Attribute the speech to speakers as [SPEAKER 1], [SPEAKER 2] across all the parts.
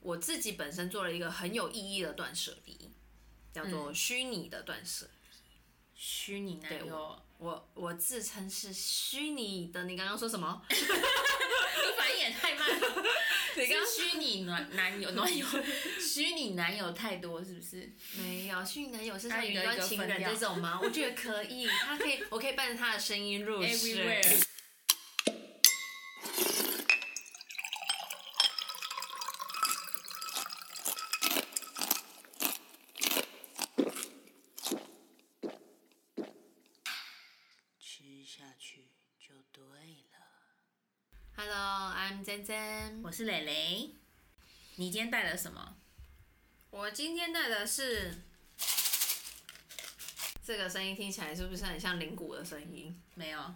[SPEAKER 1] 我自己本身做了一个很有意义的断舍离，叫
[SPEAKER 2] 嗯
[SPEAKER 1] 做虚拟的断舍。
[SPEAKER 2] 虚拟男友，
[SPEAKER 1] 我我自称是虚拟的，你刚刚说什 么？
[SPEAKER 2] 你反应也太慢了。
[SPEAKER 1] 你刚
[SPEAKER 2] 是虚拟男男友，男友， 虚拟男友太多是不是？
[SPEAKER 1] 没有虚拟男友是
[SPEAKER 2] 他
[SPEAKER 1] 像
[SPEAKER 2] 一
[SPEAKER 1] 云
[SPEAKER 2] 个一
[SPEAKER 1] 端
[SPEAKER 2] 个
[SPEAKER 1] 情
[SPEAKER 2] 分
[SPEAKER 1] 人
[SPEAKER 2] 掉
[SPEAKER 1] 这种吗？我觉得可 以，他可以，我可以伴着他的声音入睡。
[SPEAKER 2] Everywhere
[SPEAKER 3] 吃下去就对了。
[SPEAKER 1] Hello，I'm 珍珍。
[SPEAKER 2] 我是蕾蕾，你今天带了什么？
[SPEAKER 1] 我今天带的是这个声音，听起来是不是很像铃鼓的声音？
[SPEAKER 2] 没有，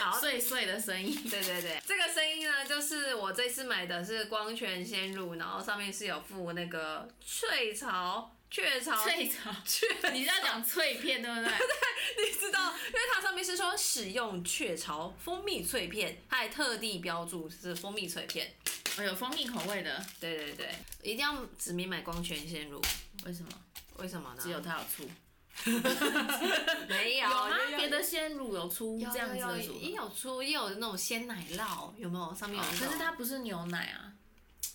[SPEAKER 1] 好，
[SPEAKER 2] 碎碎的 声音。
[SPEAKER 1] 对对对，这个声音呢，就是我这次买的是光泉鲜乳，然后上面是有附那个雀巢、雀巢、
[SPEAKER 2] 脆草，
[SPEAKER 1] 雀巢，
[SPEAKER 2] 你在讲脆片对不 对？
[SPEAKER 1] 你知道，因为它上面是说使用雀巢蜂蜜脆片，它还特地标注是蜂蜜脆片。
[SPEAKER 2] 我有哎蜂蜜口味的，
[SPEAKER 1] 对对对，一定要指明买光泉鲜乳，
[SPEAKER 2] 为什么？
[SPEAKER 1] 为什么呢？
[SPEAKER 2] 只有它有醋。
[SPEAKER 1] 没有
[SPEAKER 2] 有吗
[SPEAKER 1] 哦有？有
[SPEAKER 2] 别的鲜乳有出
[SPEAKER 1] 有
[SPEAKER 2] 这样子
[SPEAKER 1] 有
[SPEAKER 2] 的
[SPEAKER 1] 有也
[SPEAKER 2] 组合？
[SPEAKER 1] 有出，也有那种鲜奶酪，有没有？上面有、
[SPEAKER 2] 哦可是它，不是牛奶啊，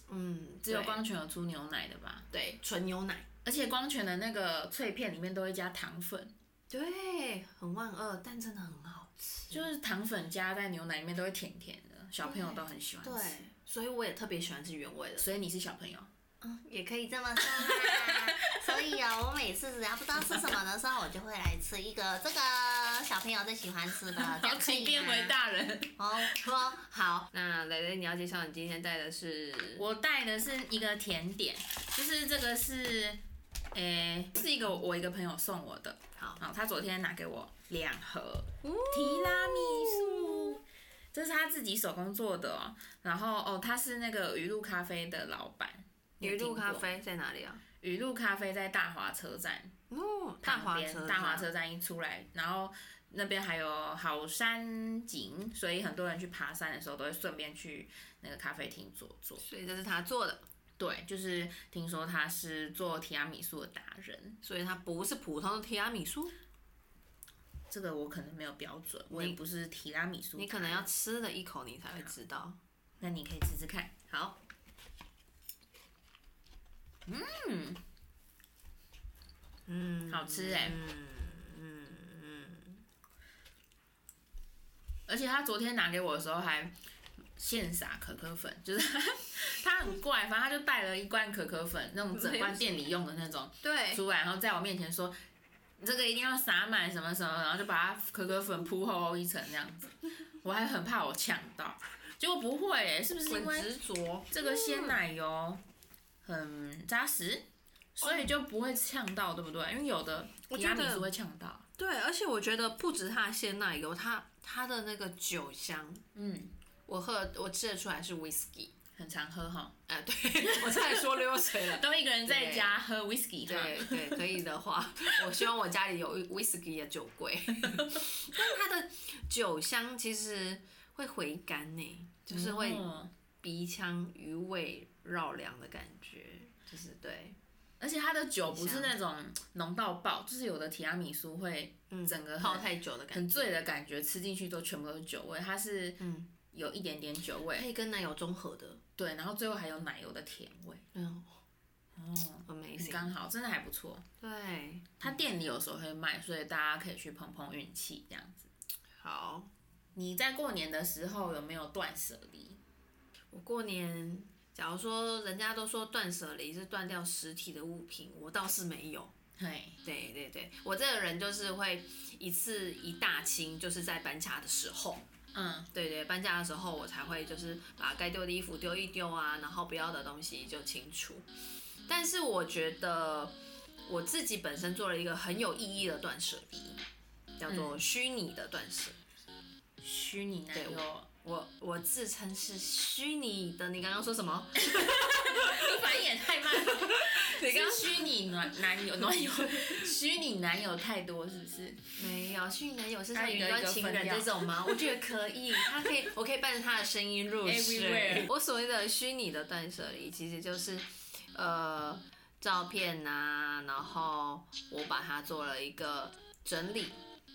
[SPEAKER 1] 嗯，
[SPEAKER 2] 只有光泉有出牛奶的吧？
[SPEAKER 1] 对对纯牛奶，
[SPEAKER 2] 而且光泉的那个脆片里面都会加糖粉，
[SPEAKER 1] 对，很万恶，但真的很好吃。
[SPEAKER 2] 就是糖粉加在牛奶里面都会甜甜的，小朋友都很喜欢
[SPEAKER 1] 对
[SPEAKER 2] 吃。，
[SPEAKER 1] 所以我也特别喜欢吃原味的。
[SPEAKER 2] 所以你是小朋友，
[SPEAKER 4] 嗯，也可以这么说啦。 所以啊、我每次只要不知道吃什么的时候，我就会来吃一个这个小朋友最喜欢吃的，这
[SPEAKER 1] 哎
[SPEAKER 4] 样可以
[SPEAKER 2] 变
[SPEAKER 4] 吗？
[SPEAKER 2] 回大人。
[SPEAKER 4] 哦，说
[SPEAKER 1] 好， 那蕾蕾，你要介绍你今天带的是
[SPEAKER 2] 我带的是一个甜点，就是这个是，诶、是一个我一个朋友送我的。
[SPEAKER 1] 好哦
[SPEAKER 2] 好，他昨天拿给我两盒提拉米苏，这是他自己手工做的哦。然后哦，他是那个鱼露咖啡的老板。你有
[SPEAKER 1] 鱼露
[SPEAKER 2] 听过
[SPEAKER 1] 咖，啡在哪里啊？
[SPEAKER 2] 鱼露咖啡在大华车站
[SPEAKER 1] 哦，大
[SPEAKER 2] 旁
[SPEAKER 1] 华
[SPEAKER 2] 边
[SPEAKER 1] 车，
[SPEAKER 2] 大华车，站一出来，然后那边还有好山景，所以很多人去爬山的时候都会顺便去那个咖啡厅坐坐。
[SPEAKER 1] 所以这是他做的，
[SPEAKER 2] 对，就是听说他是做提拉米苏的达人，
[SPEAKER 1] 所以它不是普通的提拉米苏，
[SPEAKER 2] 这个我可能没有标准，我也不是提拉米苏达人。
[SPEAKER 1] 你可能要吃了一口你才会知道。
[SPEAKER 2] 那你可以试试看。
[SPEAKER 1] 好，嗯，嗯，
[SPEAKER 2] 好吃欸
[SPEAKER 1] 嗯
[SPEAKER 2] 嗯而且他昨天拿给我的时候还现撒可可粉，就是他很怪，反正他就带了一罐可可粉，那种整罐店里用的那种
[SPEAKER 1] 对，
[SPEAKER 2] 出来，然后在我面前说。你这个一定要撒满什么什么，然后就把它可可粉铺厚厚一层这样子，我还很怕我呛到，结果不会、欸，是不是因
[SPEAKER 1] 很
[SPEAKER 2] 为
[SPEAKER 1] 执着，
[SPEAKER 2] 这个鲜奶油很扎实，所以就不会呛到，对不对？因为有的
[SPEAKER 1] 我
[SPEAKER 2] 提
[SPEAKER 1] 觉
[SPEAKER 2] 拉
[SPEAKER 1] 得
[SPEAKER 2] 米苏会呛到。
[SPEAKER 1] 对，而且我觉得不止它的鲜奶油，它它的那个酒香，
[SPEAKER 2] 嗯，
[SPEAKER 1] 我喝我吃得出来是 whisky。
[SPEAKER 2] 很常喝哈，
[SPEAKER 1] 啊，对，我差点说溜水了。
[SPEAKER 2] 都一个人在家喝 whisky 哈。
[SPEAKER 1] 对对，可以的话，我希望我家里有 whisky 的酒柜。 但它的酒香其实会回甘呢，就是会
[SPEAKER 2] 嗯
[SPEAKER 1] 鼻腔余味绕梁的感觉，就是对，
[SPEAKER 2] 而且它的酒不是那种浓到爆，就是有的提拉米苏会
[SPEAKER 1] 嗯
[SPEAKER 2] 整个
[SPEAKER 1] 泡
[SPEAKER 2] 很
[SPEAKER 1] 太久的感
[SPEAKER 2] 很
[SPEAKER 1] 觉，
[SPEAKER 2] 醉的感觉，吃进去都全部都是酒味，它是
[SPEAKER 1] 嗯
[SPEAKER 2] 有一点点酒
[SPEAKER 1] 可
[SPEAKER 2] 味，
[SPEAKER 1] 以跟奶油中和的，
[SPEAKER 2] 对，然后最后还有奶油的甜味，
[SPEAKER 1] 嗯
[SPEAKER 2] 哦，很
[SPEAKER 1] ，amazing，
[SPEAKER 2] 刚好，真的还不错。
[SPEAKER 1] 对，
[SPEAKER 2] 它店里有时候会卖，所以大家可以去碰碰运气这样子。
[SPEAKER 1] 好，
[SPEAKER 2] 你在过年的时候有没有断舍离？
[SPEAKER 1] 我过年。假如说人家都说断舍离是断掉实体的物品，我倒是没有。
[SPEAKER 2] 嘿，
[SPEAKER 1] 对对对，我这个人就是会一次一大清，就是在搬家的时候，
[SPEAKER 2] 嗯，
[SPEAKER 1] 对对，搬家的时候我才会就是把该丢的衣服丢一丢啊，然后不要的东西就清除。但是我觉得我自己本身做了一个很有意义的断舍离，叫做虚拟的断舍。
[SPEAKER 2] 虚拟男
[SPEAKER 1] 对
[SPEAKER 2] 友，
[SPEAKER 1] 我我自称是虚拟的，你刚刚说什么？
[SPEAKER 2] 你反应也太慢了。
[SPEAKER 1] 你刚
[SPEAKER 2] 是虚拟男男友男友，虚拟男友太多是不是？
[SPEAKER 1] 没有虚拟男友是像
[SPEAKER 2] 他一
[SPEAKER 1] 云
[SPEAKER 2] 个一
[SPEAKER 1] 端
[SPEAKER 2] 个
[SPEAKER 1] 情
[SPEAKER 2] 分
[SPEAKER 1] 人
[SPEAKER 2] 掉
[SPEAKER 1] 这种 吗？我觉得可以，他可以，我可以伴着他的声音入睡
[SPEAKER 2] Everywhere。
[SPEAKER 1] 我所谓的虚拟的断舍离，其实就是呃照片呐、然后我把它做了一个整理。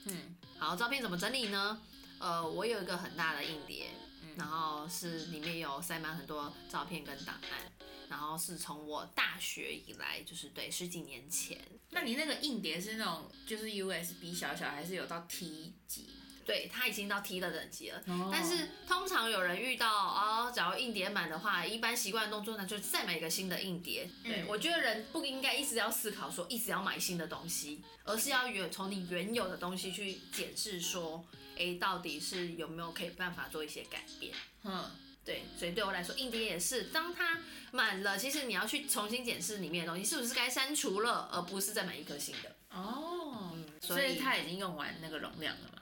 [SPEAKER 2] 嗯，
[SPEAKER 1] 好，照片怎么整理呢？呃，我有一个很大的硬碟，
[SPEAKER 2] 嗯
[SPEAKER 1] 然后是里面有塞满很多照片跟档案，然后是从我大学以来，就是对十几年前，
[SPEAKER 2] 那你那个硬碟是那种就是 USB 小小，还是有到 T 级？
[SPEAKER 1] 对它已经到 T 的等级了。
[SPEAKER 2] 哦
[SPEAKER 1] 但是通常有人遇到哦，假如硬碟满的话，一般习惯的动作呢，就是再买一个新的硬碟。对、
[SPEAKER 2] 嗯
[SPEAKER 1] 我觉得人不应该一直要思考说一直要买新的东西，而是要原从你原有的东西去检视说，诶，到底是有没有可以办法做一些改变。
[SPEAKER 2] 嗯，
[SPEAKER 1] 对，所以对我来说，硬碟也是，当它满了，其实你要去重新检视里面的东西是不是该删除了，而不是再买一颗新的。
[SPEAKER 2] 哦，
[SPEAKER 1] 所
[SPEAKER 2] 所
[SPEAKER 1] 以
[SPEAKER 2] 以他已经用完那个容量了嘛？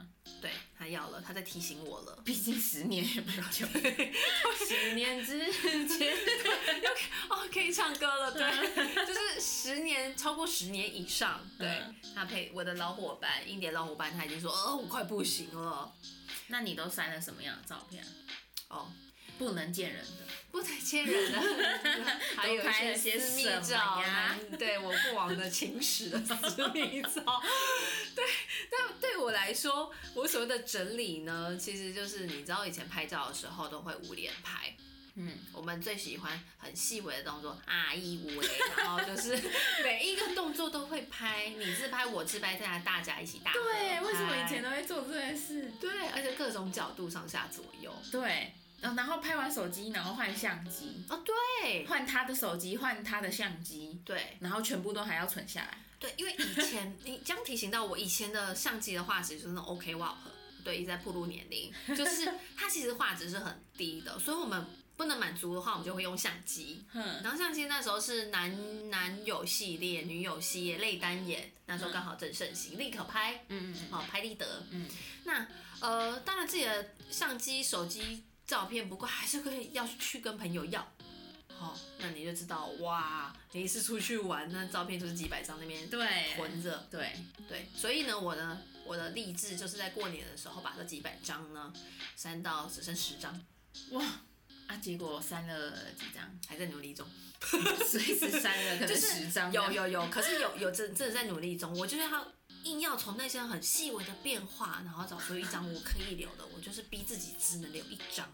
[SPEAKER 1] 对，他要了，他在提醒我了。
[SPEAKER 2] 毕竟十年也蛮久，
[SPEAKER 1] 十年之前 哦，可以唱歌了，对，就是十年超过十年以上，对
[SPEAKER 2] 嗯，
[SPEAKER 1] 他陪我的老伙伴，硬碟老伙伴，他已经说，哦，我快不行了，
[SPEAKER 2] 那你都删了什么样的照片啊？
[SPEAKER 1] 哦，
[SPEAKER 2] 不能见人的，
[SPEAKER 1] 不能见人 了，还有
[SPEAKER 2] 都拍
[SPEAKER 1] 一
[SPEAKER 2] 了
[SPEAKER 1] 些
[SPEAKER 2] 些
[SPEAKER 1] 私密
[SPEAKER 2] 什么
[SPEAKER 1] 照啊
[SPEAKER 2] 呀，
[SPEAKER 1] 对我过往的情史的私密照。对，但对我来说，我所谓的整理呢，其实就是你知道以前拍照的时候都会五连拍。
[SPEAKER 2] 嗯，
[SPEAKER 1] 我们最喜欢很细微的动作啊一微，然后就是 每一个动作都会拍，你自拍我自拍，大家大家一起大合
[SPEAKER 2] 对，为什么以
[SPEAKER 1] 拍
[SPEAKER 2] 前都会做这件事？
[SPEAKER 1] 对，而且各种角度上下左右
[SPEAKER 2] 对，然后然后拍完手机，然后换相机，
[SPEAKER 1] 哦，对
[SPEAKER 2] 换他的手机，换他的相机，
[SPEAKER 1] 对，
[SPEAKER 2] 然后全部都还要存下来。
[SPEAKER 1] 对，因为以前你这样提醒到我，以前的相机的画质就是那种 OK w a p 对，一直在暴露年龄，就是它其实画质是很低的，所以我们不能满足的话，我们就会用相机。
[SPEAKER 2] 哼，
[SPEAKER 1] 然后相机那时候是男男友系列、女友系列、类单眼，那时候刚好正盛行，立可拍，
[SPEAKER 2] 嗯嗯
[SPEAKER 1] 哦，拍立得，
[SPEAKER 2] 嗯，
[SPEAKER 1] 那呃，当然自己的相机、手机照片，不过还是可以要去跟朋友要。好、那你就知道哇，你一次出去玩，那照片就是几百张那边
[SPEAKER 2] 对，
[SPEAKER 1] 混着。
[SPEAKER 2] 对，
[SPEAKER 1] 对，所以呢，我呢，我的励志就是在过年的时候把这几百张呢删到只剩十张，
[SPEAKER 2] 哇。啊！结果删了几 张，
[SPEAKER 1] 还在努力中。
[SPEAKER 2] 随时删了可能
[SPEAKER 1] 就是
[SPEAKER 2] 十张这
[SPEAKER 1] 有
[SPEAKER 2] 样。
[SPEAKER 1] 有有，可是有有真真的在努力中。我就是要硬要从那些很细微的变化，然后找出一张我可以留的。我就是逼自己只能留一张。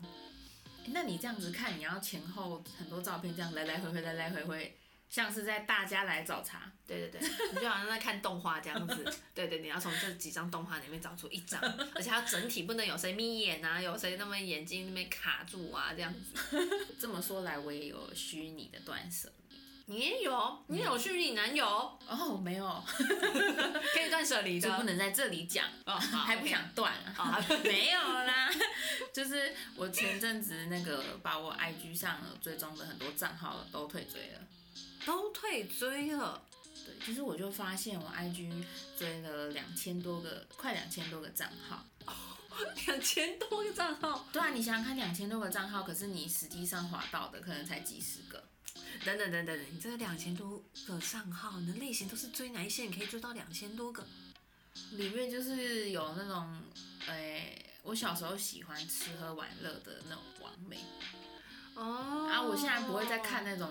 [SPEAKER 2] 那你这样子看，你要前后很多照片，这样来来回回，来来回回，像是在大家来找茬。
[SPEAKER 1] 对 对对，你就好像在看动画这样子。对对，你要从这几张动画里面找出一张，而且它整体不能有谁眯眼啊，有谁那么眼睛那边卡住啊这样子。
[SPEAKER 2] 这么说来，我也有虚拟的断舍。
[SPEAKER 1] 你也有，你也
[SPEAKER 2] 嗯
[SPEAKER 1] 有虚拟男友，
[SPEAKER 2] 哦，没 有，
[SPEAKER 1] 可以断舍离
[SPEAKER 2] 就
[SPEAKER 1] 的，
[SPEAKER 2] 不能在这里讲，
[SPEAKER 1] 哦，好
[SPEAKER 2] 还不
[SPEAKER 1] OK
[SPEAKER 2] 想断啊。
[SPEAKER 1] 好，哦
[SPEAKER 2] 没有啦，就是我前阵子那个把我 IG 上追踪的很多账号都退追了。
[SPEAKER 1] 都退追了，
[SPEAKER 2] 对，就是我就发现我 IG 追了两千多个，快两千多个账号。
[SPEAKER 1] 两千多个账号，
[SPEAKER 2] 对啊，你想想看，两千多个账号，可是你实际上滑到的可能才几十个。
[SPEAKER 1] 等等等等等，你这两千多个账号，你的类型都是追哪一些？你可以追到两千多个，
[SPEAKER 2] 里面就是有那种，诶、我小时候喜欢吃喝玩乐的那种网美，
[SPEAKER 1] 哦
[SPEAKER 2] 啊，我现在不会再看那种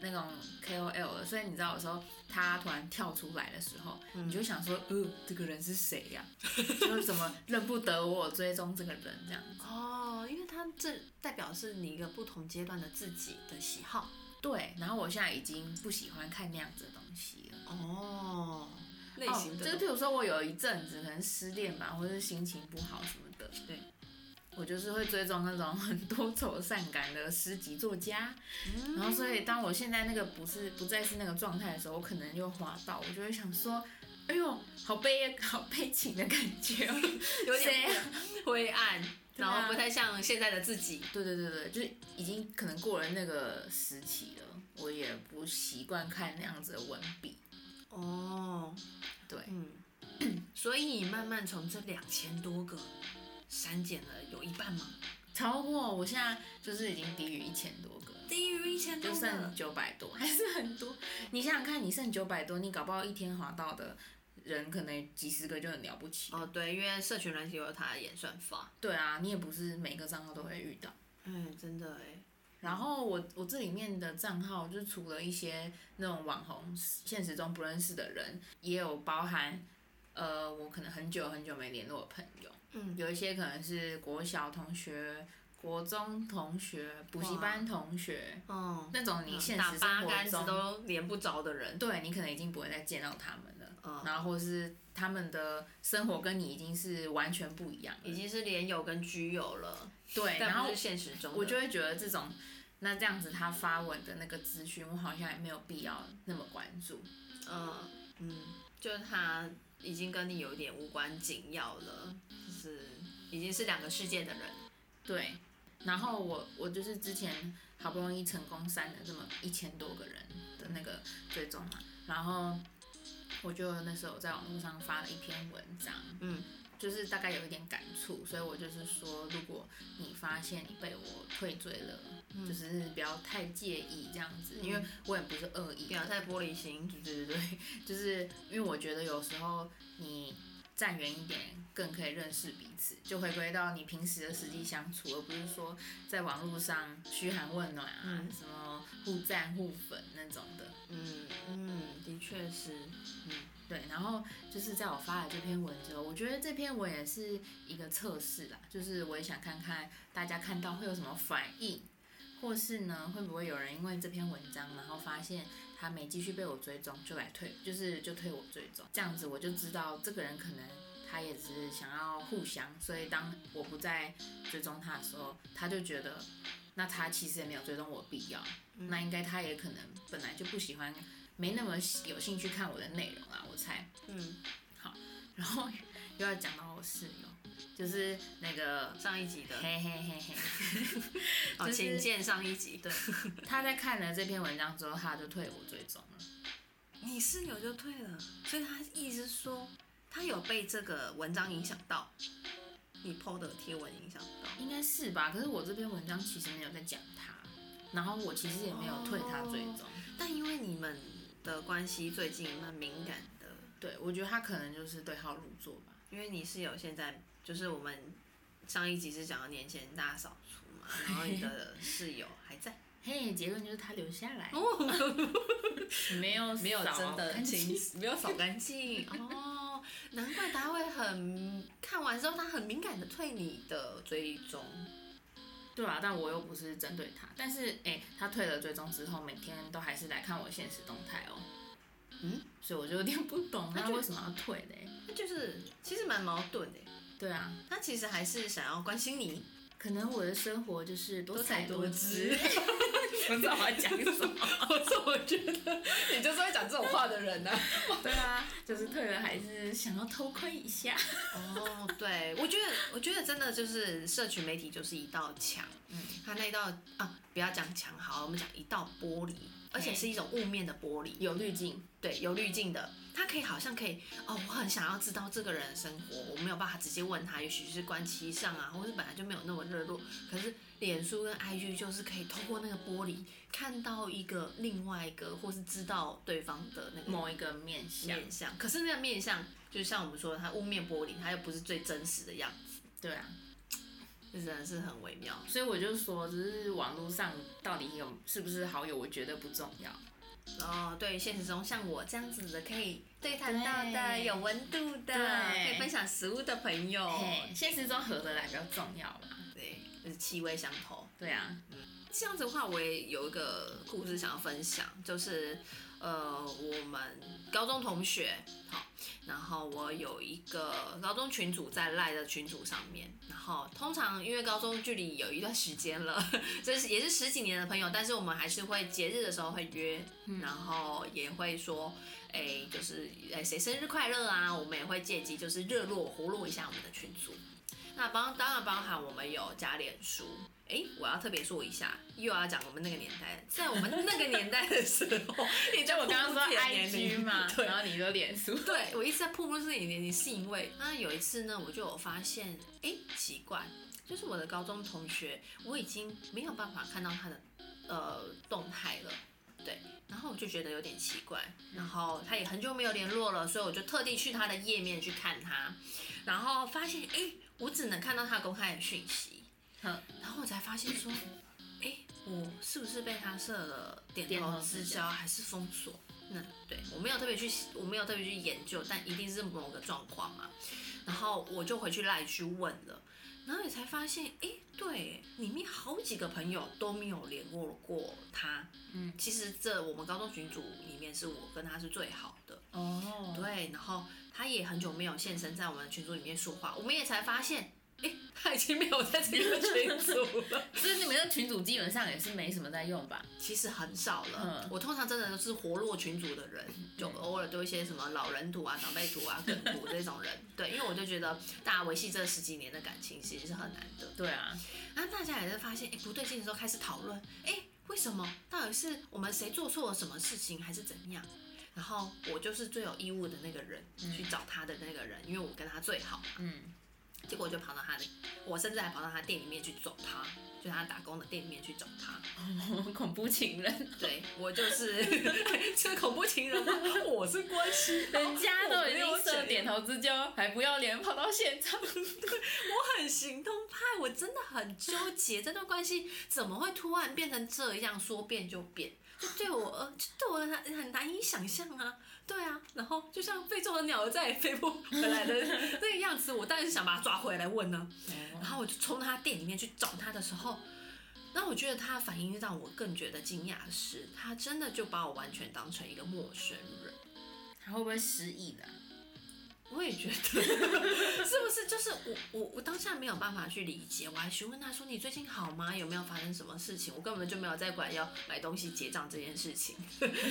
[SPEAKER 2] 那种 KOL 了，所以你知道有时候他突然跳出来的时候，你就想说，呃，这个人是谁呀、 就是怎么认不得我追踪这个人这样子。
[SPEAKER 1] 哦，因为它这代表是你一个不同阶段的自己的喜好，
[SPEAKER 2] 对，然后我现在已经不喜欢看那样子的东西了。
[SPEAKER 1] 哦，类型
[SPEAKER 2] 哦，
[SPEAKER 1] 的
[SPEAKER 2] 就是譬如说，我有一阵子可能失恋吧，或者是心情不好什么的，
[SPEAKER 1] 对。
[SPEAKER 2] 我就是会追踪那种很多愁善感的诗集作家，
[SPEAKER 1] 嗯
[SPEAKER 2] 然后所以当我现在那个不是不再是那个状态的时候，我可能又滑到，我就会想说，哎呦，好悲好悲情的感觉哦，
[SPEAKER 1] 有
[SPEAKER 2] 谁
[SPEAKER 1] 点
[SPEAKER 2] 啊
[SPEAKER 1] 灰暗，然
[SPEAKER 2] 对
[SPEAKER 1] 后
[SPEAKER 2] 啊
[SPEAKER 1] 不太像现在的自己，
[SPEAKER 2] 对对对对，就是已经可能过了那个时期了，我也不习惯看那样子的文笔，
[SPEAKER 1] 哦，
[SPEAKER 2] 对，
[SPEAKER 1] 嗯，所以你慢慢从这两千多个删减了有一半吗？
[SPEAKER 2] 超过我现在就是已经低于一千多个了。
[SPEAKER 1] 低于一千
[SPEAKER 2] 就
[SPEAKER 1] 多
[SPEAKER 2] 剩
[SPEAKER 1] 个，
[SPEAKER 2] 九百多， 还是很多。你想想看，你剩九百多，你搞不好一天滑到的人可能几十个就很了不起。
[SPEAKER 1] 哦，对，因为社群软体有它的演算法，
[SPEAKER 2] 对啊，你也不是每个账号都会遇到。
[SPEAKER 1] 嗯，真的哎，
[SPEAKER 2] 然后我我这里面的账号，就除了一些那种网红现实中不认识的人，也有包含，呃，我可能很久很久没联络的朋友，
[SPEAKER 1] 嗯
[SPEAKER 2] 有一些可能是国小同学、国中同学、补习班同学
[SPEAKER 1] 哦，
[SPEAKER 2] 那种，你嗯现
[SPEAKER 1] 打
[SPEAKER 2] 实生
[SPEAKER 1] 八竿
[SPEAKER 2] 活
[SPEAKER 1] 子
[SPEAKER 2] 中，
[SPEAKER 1] 都连不着的人，
[SPEAKER 2] 对你可能已经不会再见到他们了，
[SPEAKER 1] 嗯，
[SPEAKER 2] 然后或是他们的生活跟你已经是完全不一样了，
[SPEAKER 1] 已经是连友跟居友了，
[SPEAKER 2] 对，然
[SPEAKER 1] 但
[SPEAKER 2] 后
[SPEAKER 1] 不是现实中的，
[SPEAKER 2] 我就会觉得这种，那这样子他发文的那个资讯，我好像也没有必要那么关注。
[SPEAKER 1] 嗯嗯，就是他已经跟你有一点无关紧要了，就是已经是两个世界的人，
[SPEAKER 2] 对，然后我我就是之前好不容易成功删了这么一千多个人的那个追踪嘛，然后我就那时候在网络上发了一篇文章，
[SPEAKER 1] 嗯，
[SPEAKER 2] 就是大概有一点感触，所以我就是说，如果你发现你被我退追了，就是不要太介意这样子，因为我也不是恶意的，
[SPEAKER 1] 不要太玻璃心，
[SPEAKER 2] 对 对对，对，就是因为我觉得有时候你站远一点，更可以认识彼此，就回归到你平时的实际相处，而不是说在网络上嘘寒问暖啊，
[SPEAKER 1] 嗯
[SPEAKER 2] 什么互赞互粉那种的。
[SPEAKER 1] 嗯嗯，的确是，
[SPEAKER 2] 对，然后就是在我发了这篇文之后，我觉得这篇文也是一个测试啦，就是我也想看看大家看到会有什么反应，或是呢会不会有人因为这篇文章，然后发现他没继续被我追踪，就来退，就是就推我追踪，这样子我就知道这个人可能他也只是想要互相，所以当我不再追踪他的时候，他就觉得那他其实也没有追踪我必要，那应该他也可能本来就不喜欢，没那么喜有兴趣看我的内容啊啦，我猜。
[SPEAKER 1] 嗯，
[SPEAKER 2] 然后 又要讲到我室友，就是那个
[SPEAKER 1] 上一集的，
[SPEAKER 2] 嘿嘿嘿嘿，
[SPEAKER 1] 哦，
[SPEAKER 2] 就是
[SPEAKER 1] 请见上一集，
[SPEAKER 2] 对，他在看了这篇文章之后，他就退我追踪了。
[SPEAKER 1] 你室友就退了，所以他意思是说，他有被这个文章影响到，你 PO 的贴文影响到，
[SPEAKER 2] 应该是吧？可是我这篇文章其实没有在讲他，然后我其实也没有退他追踪。
[SPEAKER 1] 但因为你们的关系最近蛮敏感的，
[SPEAKER 2] 对，我觉得他可能就是对号入座吧。
[SPEAKER 1] 因为你室友现在就是我们上一集是讲到年前大扫除嘛，然后你的室友还在，
[SPEAKER 2] 嘿，结论就是他留下来， 没有哦没
[SPEAKER 1] 哦清，没有扫干净哦，难怪他会很看完之后他很敏感的退你的追踪，
[SPEAKER 2] 对啊，但我又不是针对他，但是哎、诶他退了追踪之后，每天都还是来看我现实动态哦。
[SPEAKER 1] 嗯，
[SPEAKER 2] 所以我就有点不懂
[SPEAKER 1] 那
[SPEAKER 2] 他
[SPEAKER 1] 就
[SPEAKER 2] 为什么要退嘞？
[SPEAKER 1] 那就是其实蛮矛盾的，
[SPEAKER 2] 对啊，
[SPEAKER 1] 他其实还是想要关心你，
[SPEAKER 2] 可能我的生活就是多彩多姿。
[SPEAKER 1] 不知道我要讲什么，我说我觉得你就是会讲这种话的人呢、
[SPEAKER 2] 对啊，就是退了还是想要偷窥一下。
[SPEAKER 1] 哦，对，我觉得，我觉得真的就是社群媒体就是一道墙，嗯
[SPEAKER 2] 嗯，
[SPEAKER 1] 它那一道啊，不要讲墙好，我们讲一道玻璃，而且是一种雾面的玻璃，
[SPEAKER 2] 有滤镜，
[SPEAKER 1] 对，有滤镜的，它可以好像可以哦，我很想要知道这个人的生活，我没有办法直接问他，也许是关系上啊，或是本来就没有那么热络，可是脸书跟 IG 就是可以透过那个玻璃看到一个另外一个，或是知道对方的那个
[SPEAKER 2] 某一个面相。
[SPEAKER 1] 面相，可是那个面相，就像我们说的，它雾面玻璃，它又不是最真实的样子，
[SPEAKER 2] 对啊，
[SPEAKER 1] 这真的是很微妙。
[SPEAKER 2] 所以我就说，只是网络上到底有是不是好友，我觉得不重要。
[SPEAKER 1] 哦，对，现实中像我这样子的，可以对谈到的、
[SPEAKER 2] 对
[SPEAKER 1] 有温度的，
[SPEAKER 2] 对
[SPEAKER 1] 可以分享食物的朋友，
[SPEAKER 2] 嘿，现实中合得来比较重要啦。
[SPEAKER 1] 对，就是气味相投。
[SPEAKER 2] 对啊，
[SPEAKER 1] 这样子的话，我也有一个故事想要分享，就是呃，我们高中同学，好，然后我有一个高中群组在赖的群组上面，然后通常因为高中距离有一段时间了， 就是也是十几年的朋友，但是我们还是会节日的时候会约，然后也会说，哎、就是哎谁、生日快乐啊，我们也会借机就是热络活络一下我们的群组。那包当然包含我们有加脸书。诶，我要特别说一下，又要讲我们那个年代，在我们那个年代的时候， 你
[SPEAKER 2] 就我刚刚 说
[SPEAKER 1] 年龄
[SPEAKER 2] IG 嘛，
[SPEAKER 1] 对
[SPEAKER 2] 然后你说脸书，
[SPEAKER 1] 对，我一直在瀑布自己的年龄，是因为那有一次呢，我就有发现，哎、奇怪，就是我的高中同学，我已经没有办法看到他的呃动态了，对，然后我就觉得有点奇怪，然后他也很久没有联络了，所以我就特地去他的页面去看他，然后发现哎、诶我只能看到他公开的讯息，
[SPEAKER 2] 哼
[SPEAKER 1] 然后我才发现说，哎、我是不是被他设了点
[SPEAKER 2] 点
[SPEAKER 1] 头
[SPEAKER 2] 头
[SPEAKER 1] 之
[SPEAKER 2] 之
[SPEAKER 1] 交还是封锁？那对我没有特别去，我没有特别去研究，但一定是某个状况嘛。然后我就回去赖去问了，然后你才发现，哎、对，里面好几个朋友都没有联络过他。
[SPEAKER 2] 嗯，
[SPEAKER 1] 其实这我们高中群组里面是我跟他是最好的，
[SPEAKER 2] 哦，
[SPEAKER 1] 对，然后他也很久没有现身在我们的群组里面说话，我们也才发现，哎、他已经没有在这个群组 了。
[SPEAKER 2] 所以你们的群主基本上也是没什么在用吧？
[SPEAKER 1] 其实很少了。
[SPEAKER 2] 嗯
[SPEAKER 1] 我通常真的都是活络群组的人，就偶尔丢一些什么老人图啊、长辈图啊、梗图这种人。对，因为我就觉得大家维系这十几年的感情其实是很难得。
[SPEAKER 2] 对啊，
[SPEAKER 1] 然后大家也是发现，哎、不对劲的时候开始讨论，哎、为什么？到底是我们谁做错了什么事情，还是怎样？然后我就是最有义务的那个人，
[SPEAKER 2] 嗯
[SPEAKER 1] 去找他的那个人，因为我跟他最好嘛。
[SPEAKER 2] 嗯，
[SPEAKER 1] 结果我就跑到他的，我甚至还跑到他店里面去找他，就他打工的店里面去找他。
[SPEAKER 2] 恐怖情人，
[SPEAKER 1] 对我就是 这恐怖情人吗？我是关系，
[SPEAKER 2] 人家都已经设点
[SPEAKER 1] 了，
[SPEAKER 2] 头之交，还不要脸跑到现场，
[SPEAKER 1] 我很行动派，我真的很纠结这段关系怎么会突然变成这样，说变就变。就对我，呃，就对我很很难以想象啊，对啊，然后就像非洲的鸟儿再也飞不回来的那个样子，我当然是想把它抓回来问呢、
[SPEAKER 2] 哦
[SPEAKER 1] 然后我就冲到他店里面去找他的时候，那我觉得他的反应让我更觉得惊讶的是，他真的就把我完全当成一个陌生人。
[SPEAKER 2] 他会不会失忆的啊？
[SPEAKER 1] 我也觉得， 是不是就是我我我当下没有办法去理解，我还询问他说你最近好吗？有没有发生什么事情？我根本就没有在管要买东西结账这件事情，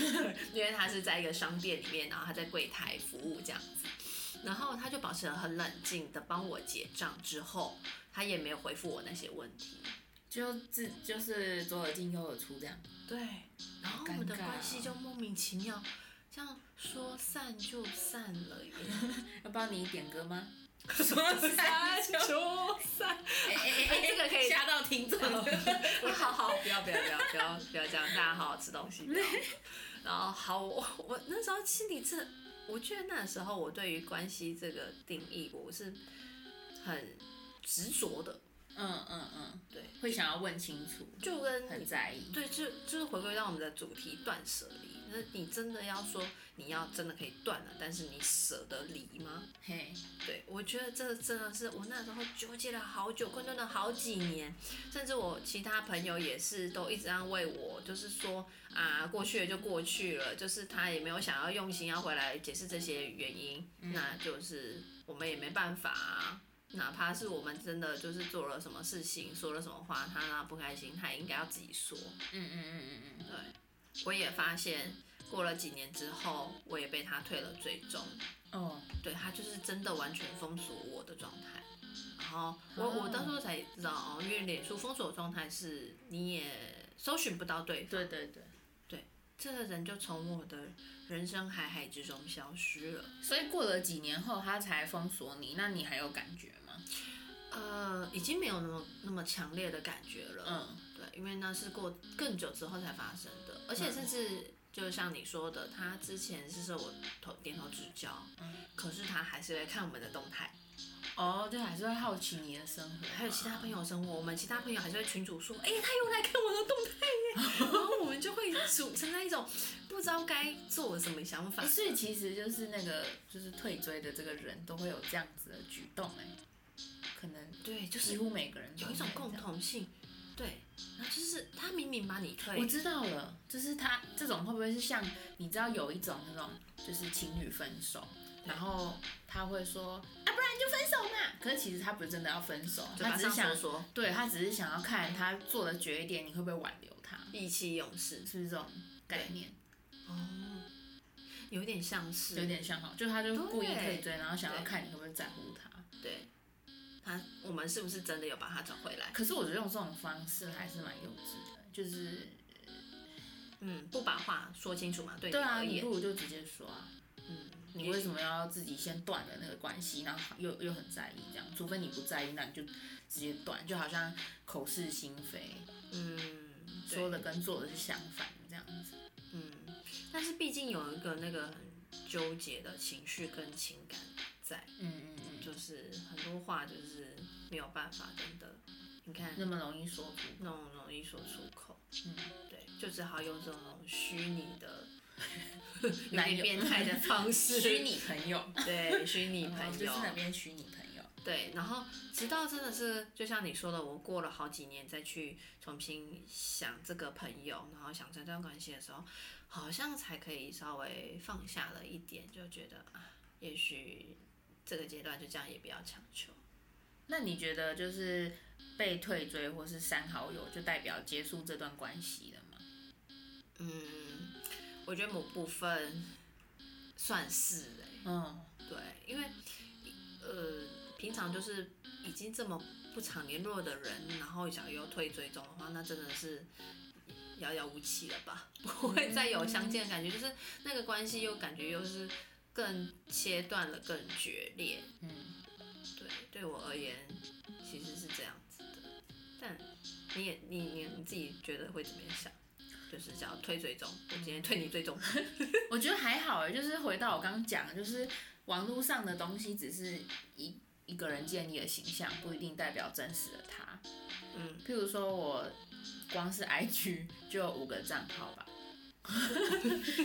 [SPEAKER 1] 因为他是在一个商店里面，然后他在柜台服务这样子，然后他就保持得很冷静的帮我结账之后，他也没有回复我那些问题。
[SPEAKER 2] 就自就是左耳进右耳出这样，
[SPEAKER 1] 对，然后我们的
[SPEAKER 2] 尴尬
[SPEAKER 1] 关系
[SPEAKER 2] 哦
[SPEAKER 1] 就莫名其妙这样说散就散了耶，
[SPEAKER 2] 要帮你点歌吗？说三就
[SPEAKER 1] 就散。
[SPEAKER 2] 哎哎哎，
[SPEAKER 1] 这个可以
[SPEAKER 2] 吓到听众。
[SPEAKER 1] 好好，不要不要不要不要不要这样，大家好好吃东西。不要然后好，我我那时候心里这，我觉得那时候我对于关系这个定义，我是很执着的，
[SPEAKER 2] 嗯嗯嗯，
[SPEAKER 1] 对，
[SPEAKER 2] 会想要问清楚，
[SPEAKER 1] 就跟
[SPEAKER 2] 很
[SPEAKER 1] 你
[SPEAKER 2] 在意。
[SPEAKER 1] 对，就就是回归到我们的主题断舍离。那你真的要说你要真的可以断了，但是你舍得离吗？
[SPEAKER 2] 嘿，
[SPEAKER 1] 对，我觉得这真的是我那时候纠结了好久，困顿了好几年，甚至我其他朋友也是都一直安慰我，就是说啊，过去了就过去了，就是他也没有想要用心要回来解释这些原因，那就是我们也没办法、啊。哪怕是我们真的就是做了什么事情，说了什么话，他那不开心，他也应该要自己说。
[SPEAKER 2] 嗯嗯嗯嗯嗯，
[SPEAKER 1] 我也发现，过了几年之后，我也被他退了追踪，
[SPEAKER 2] 哦，
[SPEAKER 1] 对他就是真的完全封锁我的状态。然后我、我到时候才知道哦，因为脸书封锁状态是你也搜寻不到对方，
[SPEAKER 2] 对对对。
[SPEAKER 1] 这个人就从我的人生海海之中消失了。
[SPEAKER 2] 所以过了几年后，他才封锁你，那你还有感觉吗？
[SPEAKER 1] 呃，已经没有那么那么强烈的感觉了。
[SPEAKER 2] 嗯，
[SPEAKER 1] 对，因为那是过更久之后才发生的，而且
[SPEAKER 2] 嗯
[SPEAKER 1] 甚至就像你说的，他之前是说我头点头之交，
[SPEAKER 2] 嗯
[SPEAKER 1] 可是他还是会看我们的动态。
[SPEAKER 2] 哦，就还是会好奇你的生活，
[SPEAKER 1] 还有其他朋友生活，我们其他朋友还是会群主说，哎、他又来看我的动态耶，然后我们就会处存在一种不知道该做什么想法
[SPEAKER 2] 哎、。所以其实就是那个就是退追的这个人都会有这样子的举动哎、可能
[SPEAKER 1] 对，就
[SPEAKER 2] 几
[SPEAKER 1] 是
[SPEAKER 2] 乎每个人都
[SPEAKER 1] 有一种
[SPEAKER 2] 会这样
[SPEAKER 1] 共。同性，对，然后就是他明明把你推
[SPEAKER 2] 我，知道了，就是他这种会不会是像你知道有一种那种就是情侣分手，然后他会说啊，不然就分手嘛。可是其实他不是真的要分手，
[SPEAKER 1] 嘴
[SPEAKER 2] 他
[SPEAKER 1] 巴
[SPEAKER 2] 只是
[SPEAKER 1] 上
[SPEAKER 2] 想
[SPEAKER 1] 说说，
[SPEAKER 2] 对他只是想要看他做的绝一点，你会不会挽留他？
[SPEAKER 1] 意气用事，
[SPEAKER 2] 是不是这种概念？
[SPEAKER 1] 哦，有点像是，
[SPEAKER 2] 有点像哈，哦就他就故意
[SPEAKER 1] 对
[SPEAKER 2] 退追，然后想要
[SPEAKER 1] 对
[SPEAKER 2] 看你会不会在乎他。
[SPEAKER 1] 对，他我们是不是真的有把他找回来？
[SPEAKER 2] 可是我觉得用这种方式还是蛮幼稚的，就是
[SPEAKER 1] 嗯，不把话说清楚嘛，对你
[SPEAKER 2] 对啊，
[SPEAKER 1] 而
[SPEAKER 2] 你
[SPEAKER 1] 言
[SPEAKER 2] 不，如就直接说啊，
[SPEAKER 1] 嗯，
[SPEAKER 2] 你为什么要自己先断了那个关系，然后又又很在意这样？除非你不在意，那你就直接断，就好像口是心非。
[SPEAKER 1] 嗯，对
[SPEAKER 2] 说的跟做的是相反这样子。
[SPEAKER 1] 嗯，但是毕竟有一个那个很纠结的情绪跟情感在，
[SPEAKER 2] 嗯嗯嗯，
[SPEAKER 1] 就是很多话就是没有办法真的，你看
[SPEAKER 2] 那么容易说出。
[SPEAKER 1] 那种容易说出口，
[SPEAKER 2] 嗯，
[SPEAKER 1] 对，就只好用这种虚拟 的有
[SPEAKER 2] 男
[SPEAKER 1] 点
[SPEAKER 2] 友
[SPEAKER 1] 变态的方式，
[SPEAKER 2] 虚拟朋友，
[SPEAKER 1] 对虚拟
[SPEAKER 2] 朋友
[SPEAKER 1] 朋
[SPEAKER 2] 就是
[SPEAKER 1] 友，
[SPEAKER 2] 那边虚拟朋友。
[SPEAKER 1] 对，然后直到真的是就像你说的，我过了好几年再去重新想这个朋友，然后想这段关系的时候，好像才可以稍微放下了一点，就觉得啊，也许这个阶段就这样也不要强求。
[SPEAKER 2] 那你觉得就是被退追或是删好友，就代表结束这段关系了吗？
[SPEAKER 1] 嗯，我觉得某部分算是哎、
[SPEAKER 2] 嗯，
[SPEAKER 1] 对，因为呃，平常就是已经这么不常联络的人，然后想又退追踪的话，那真的是遥遥无期了吧？ 不会再有相见的感觉，就是那个关系又感觉又是更切断了，更决裂。
[SPEAKER 2] 嗯，
[SPEAKER 1] 对，对我而言其实是这样子的。但你也你你你自己觉得会怎么样想？就是只要退追踪，我今天退你追踪，
[SPEAKER 2] 嗯我觉得还好哎，就是回到我刚刚讲的，就是网络上的东西只是一一个人建立的形象，不一定代表真实的他。
[SPEAKER 1] 嗯，
[SPEAKER 2] 譬如说我光是 IG 就有五个账号吧。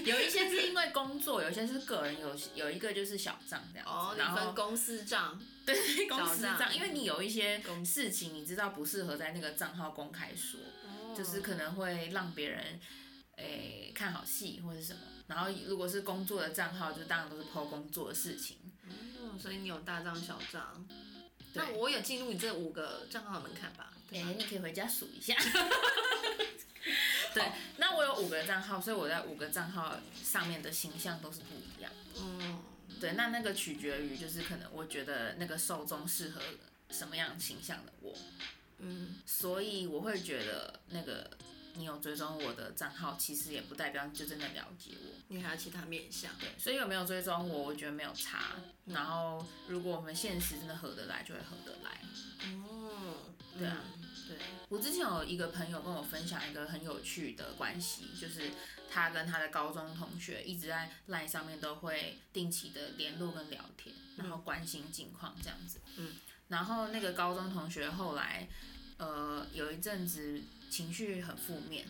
[SPEAKER 2] 有一些是因为工作，有一些是个人，有有一个就是小账这样子。
[SPEAKER 1] 哦，你
[SPEAKER 2] 然后
[SPEAKER 1] 分公司账，
[SPEAKER 2] 对公司
[SPEAKER 1] 小账
[SPEAKER 2] 账，因为你有一些
[SPEAKER 1] 公
[SPEAKER 2] 事情你知道不适合在那个账号公开说，
[SPEAKER 1] 哦
[SPEAKER 2] 就是可能会让别人诶、看好戏或者什么。然后如果是工作的账号，就当然都是 PO 工作的事情。
[SPEAKER 1] 嗯，所以你有大账小账。
[SPEAKER 2] 对
[SPEAKER 1] 那我有进入你这五个账号的门槛吧？
[SPEAKER 2] 诶、
[SPEAKER 1] 对吧
[SPEAKER 2] 你可以回家数一下。 对，那我有五个账号，所以我在五个账号上面的形象都是不一样。
[SPEAKER 1] 嗯，
[SPEAKER 2] 对，那那个取决于就是可能我觉得那个受众适合什么样形象的我。
[SPEAKER 1] 嗯，
[SPEAKER 2] 所以我会觉得那个你有追踪我的账号，其实也不代表你就真的了解我。
[SPEAKER 1] 你还有其他面向？
[SPEAKER 2] 对，所以有没有追踪我，我觉得没有差。然后如果我们现实真的合得来，就会合得来。
[SPEAKER 1] 哦，
[SPEAKER 2] 对啊
[SPEAKER 1] 嗯，对，
[SPEAKER 2] 我之前有一个朋友跟我分享一个很有趣的关系，就是他跟他的高中同学一直在 LINE 上面都会定期的联络跟聊天，然后关心近况这样子。
[SPEAKER 1] 嗯，
[SPEAKER 2] 然后那个高中同学后来，呃，有一阵子情绪很负面，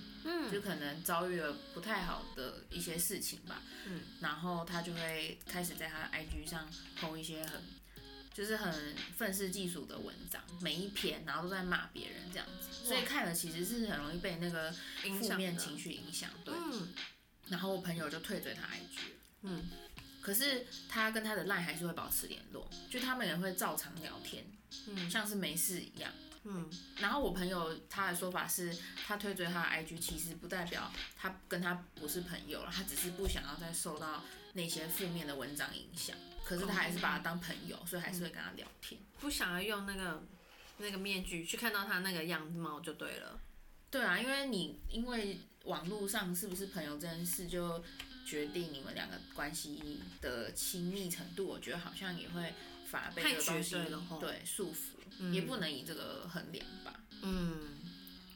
[SPEAKER 2] 就
[SPEAKER 4] 嗯，
[SPEAKER 2] 可能遭遇了不太好的一些事情吧，
[SPEAKER 1] 嗯，
[SPEAKER 2] 然后他就会开始在他的 IG 上 po 一些很就是很愤世嫉俗的文章，每一篇然后都在骂别人这样子，所以看了其实是很容易被那个
[SPEAKER 1] 影
[SPEAKER 2] 负
[SPEAKER 1] 响
[SPEAKER 2] 面
[SPEAKER 1] 的
[SPEAKER 2] 情。绪影响，对。
[SPEAKER 1] 嗯
[SPEAKER 2] 然后我朋友就退追他 IG，了
[SPEAKER 1] 嗯，
[SPEAKER 2] 可是他跟他的 LINE 还是会保持联络，就他们也会照常聊天，
[SPEAKER 1] 嗯
[SPEAKER 2] 像是没事一样。
[SPEAKER 1] 嗯
[SPEAKER 2] 然后我朋友他的说法是，他退追他的 IG，其实不代表他跟他不是朋友了，他只是不想要再受到那些负面的文章影响。可是他还是把他当朋友，所以还是会跟他聊天。
[SPEAKER 1] 不想要用那个那个面具去看到他那个样貌就对了。
[SPEAKER 2] 对啊，因为你因为网络上是不是朋友这件事，就决定你们两个关系的亲密程度。我觉得好像也会反而被这个东西
[SPEAKER 1] 太绝对了吼
[SPEAKER 2] 对束缚，
[SPEAKER 1] 嗯
[SPEAKER 2] 也不能以这个衡量吧。
[SPEAKER 1] 嗯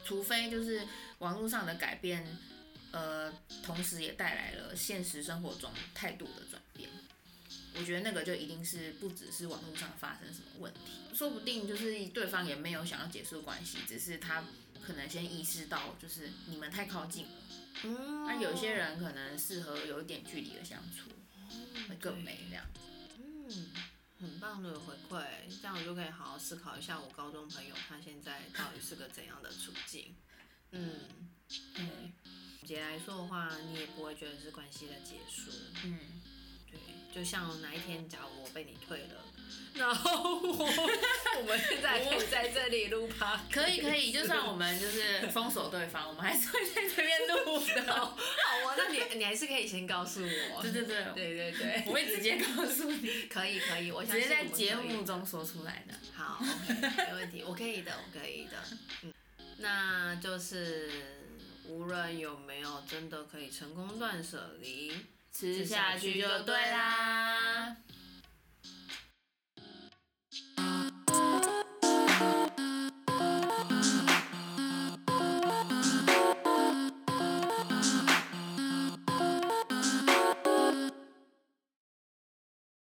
[SPEAKER 2] 除非就是网络上的改变，呃，同时也带来了现实生活中态度的转变。我觉得那个就一定是不只是网络上发生什么问题，说不定就是对方也没有想要结束关系，只是他可能先意识到就是你们太靠近了。
[SPEAKER 1] 嗯，
[SPEAKER 2] 那、有些人可能适合有一点距离的相处，会更美这样。
[SPEAKER 1] 嗯，很棒的回馈，这样我就可以好好思考一下我高中朋友他现在到底是个怎样的处境。嗯，
[SPEAKER 2] 嗯
[SPEAKER 1] 总结来说的话，你也不会觉得是关系的结束。
[SPEAKER 2] 嗯，
[SPEAKER 1] 对，就像哪一天，假如我被你退了，然后我 我们现在可以在这里录吧，
[SPEAKER 2] 可以可以，就算我们就是封锁对方，我们还是会在这边录的。哦
[SPEAKER 1] 好啊，那你你 还是可以先告诉我。
[SPEAKER 2] 对对对，
[SPEAKER 1] 对对对，
[SPEAKER 2] 我会直接告诉你。
[SPEAKER 1] 可以可以，我相
[SPEAKER 2] 直接
[SPEAKER 1] 信我
[SPEAKER 2] 在
[SPEAKER 1] 们
[SPEAKER 2] 节
[SPEAKER 1] 可以
[SPEAKER 2] 目中说出来的。
[SPEAKER 1] 好，OK，没问题，我可以的，我可以的。嗯，那就是无论有没有真的可以成功断舍离，
[SPEAKER 2] 吃
[SPEAKER 1] 下
[SPEAKER 2] 下
[SPEAKER 1] 去
[SPEAKER 2] 去
[SPEAKER 1] 就
[SPEAKER 2] 就
[SPEAKER 1] 对
[SPEAKER 2] 对
[SPEAKER 1] 啦
[SPEAKER 2] 啦。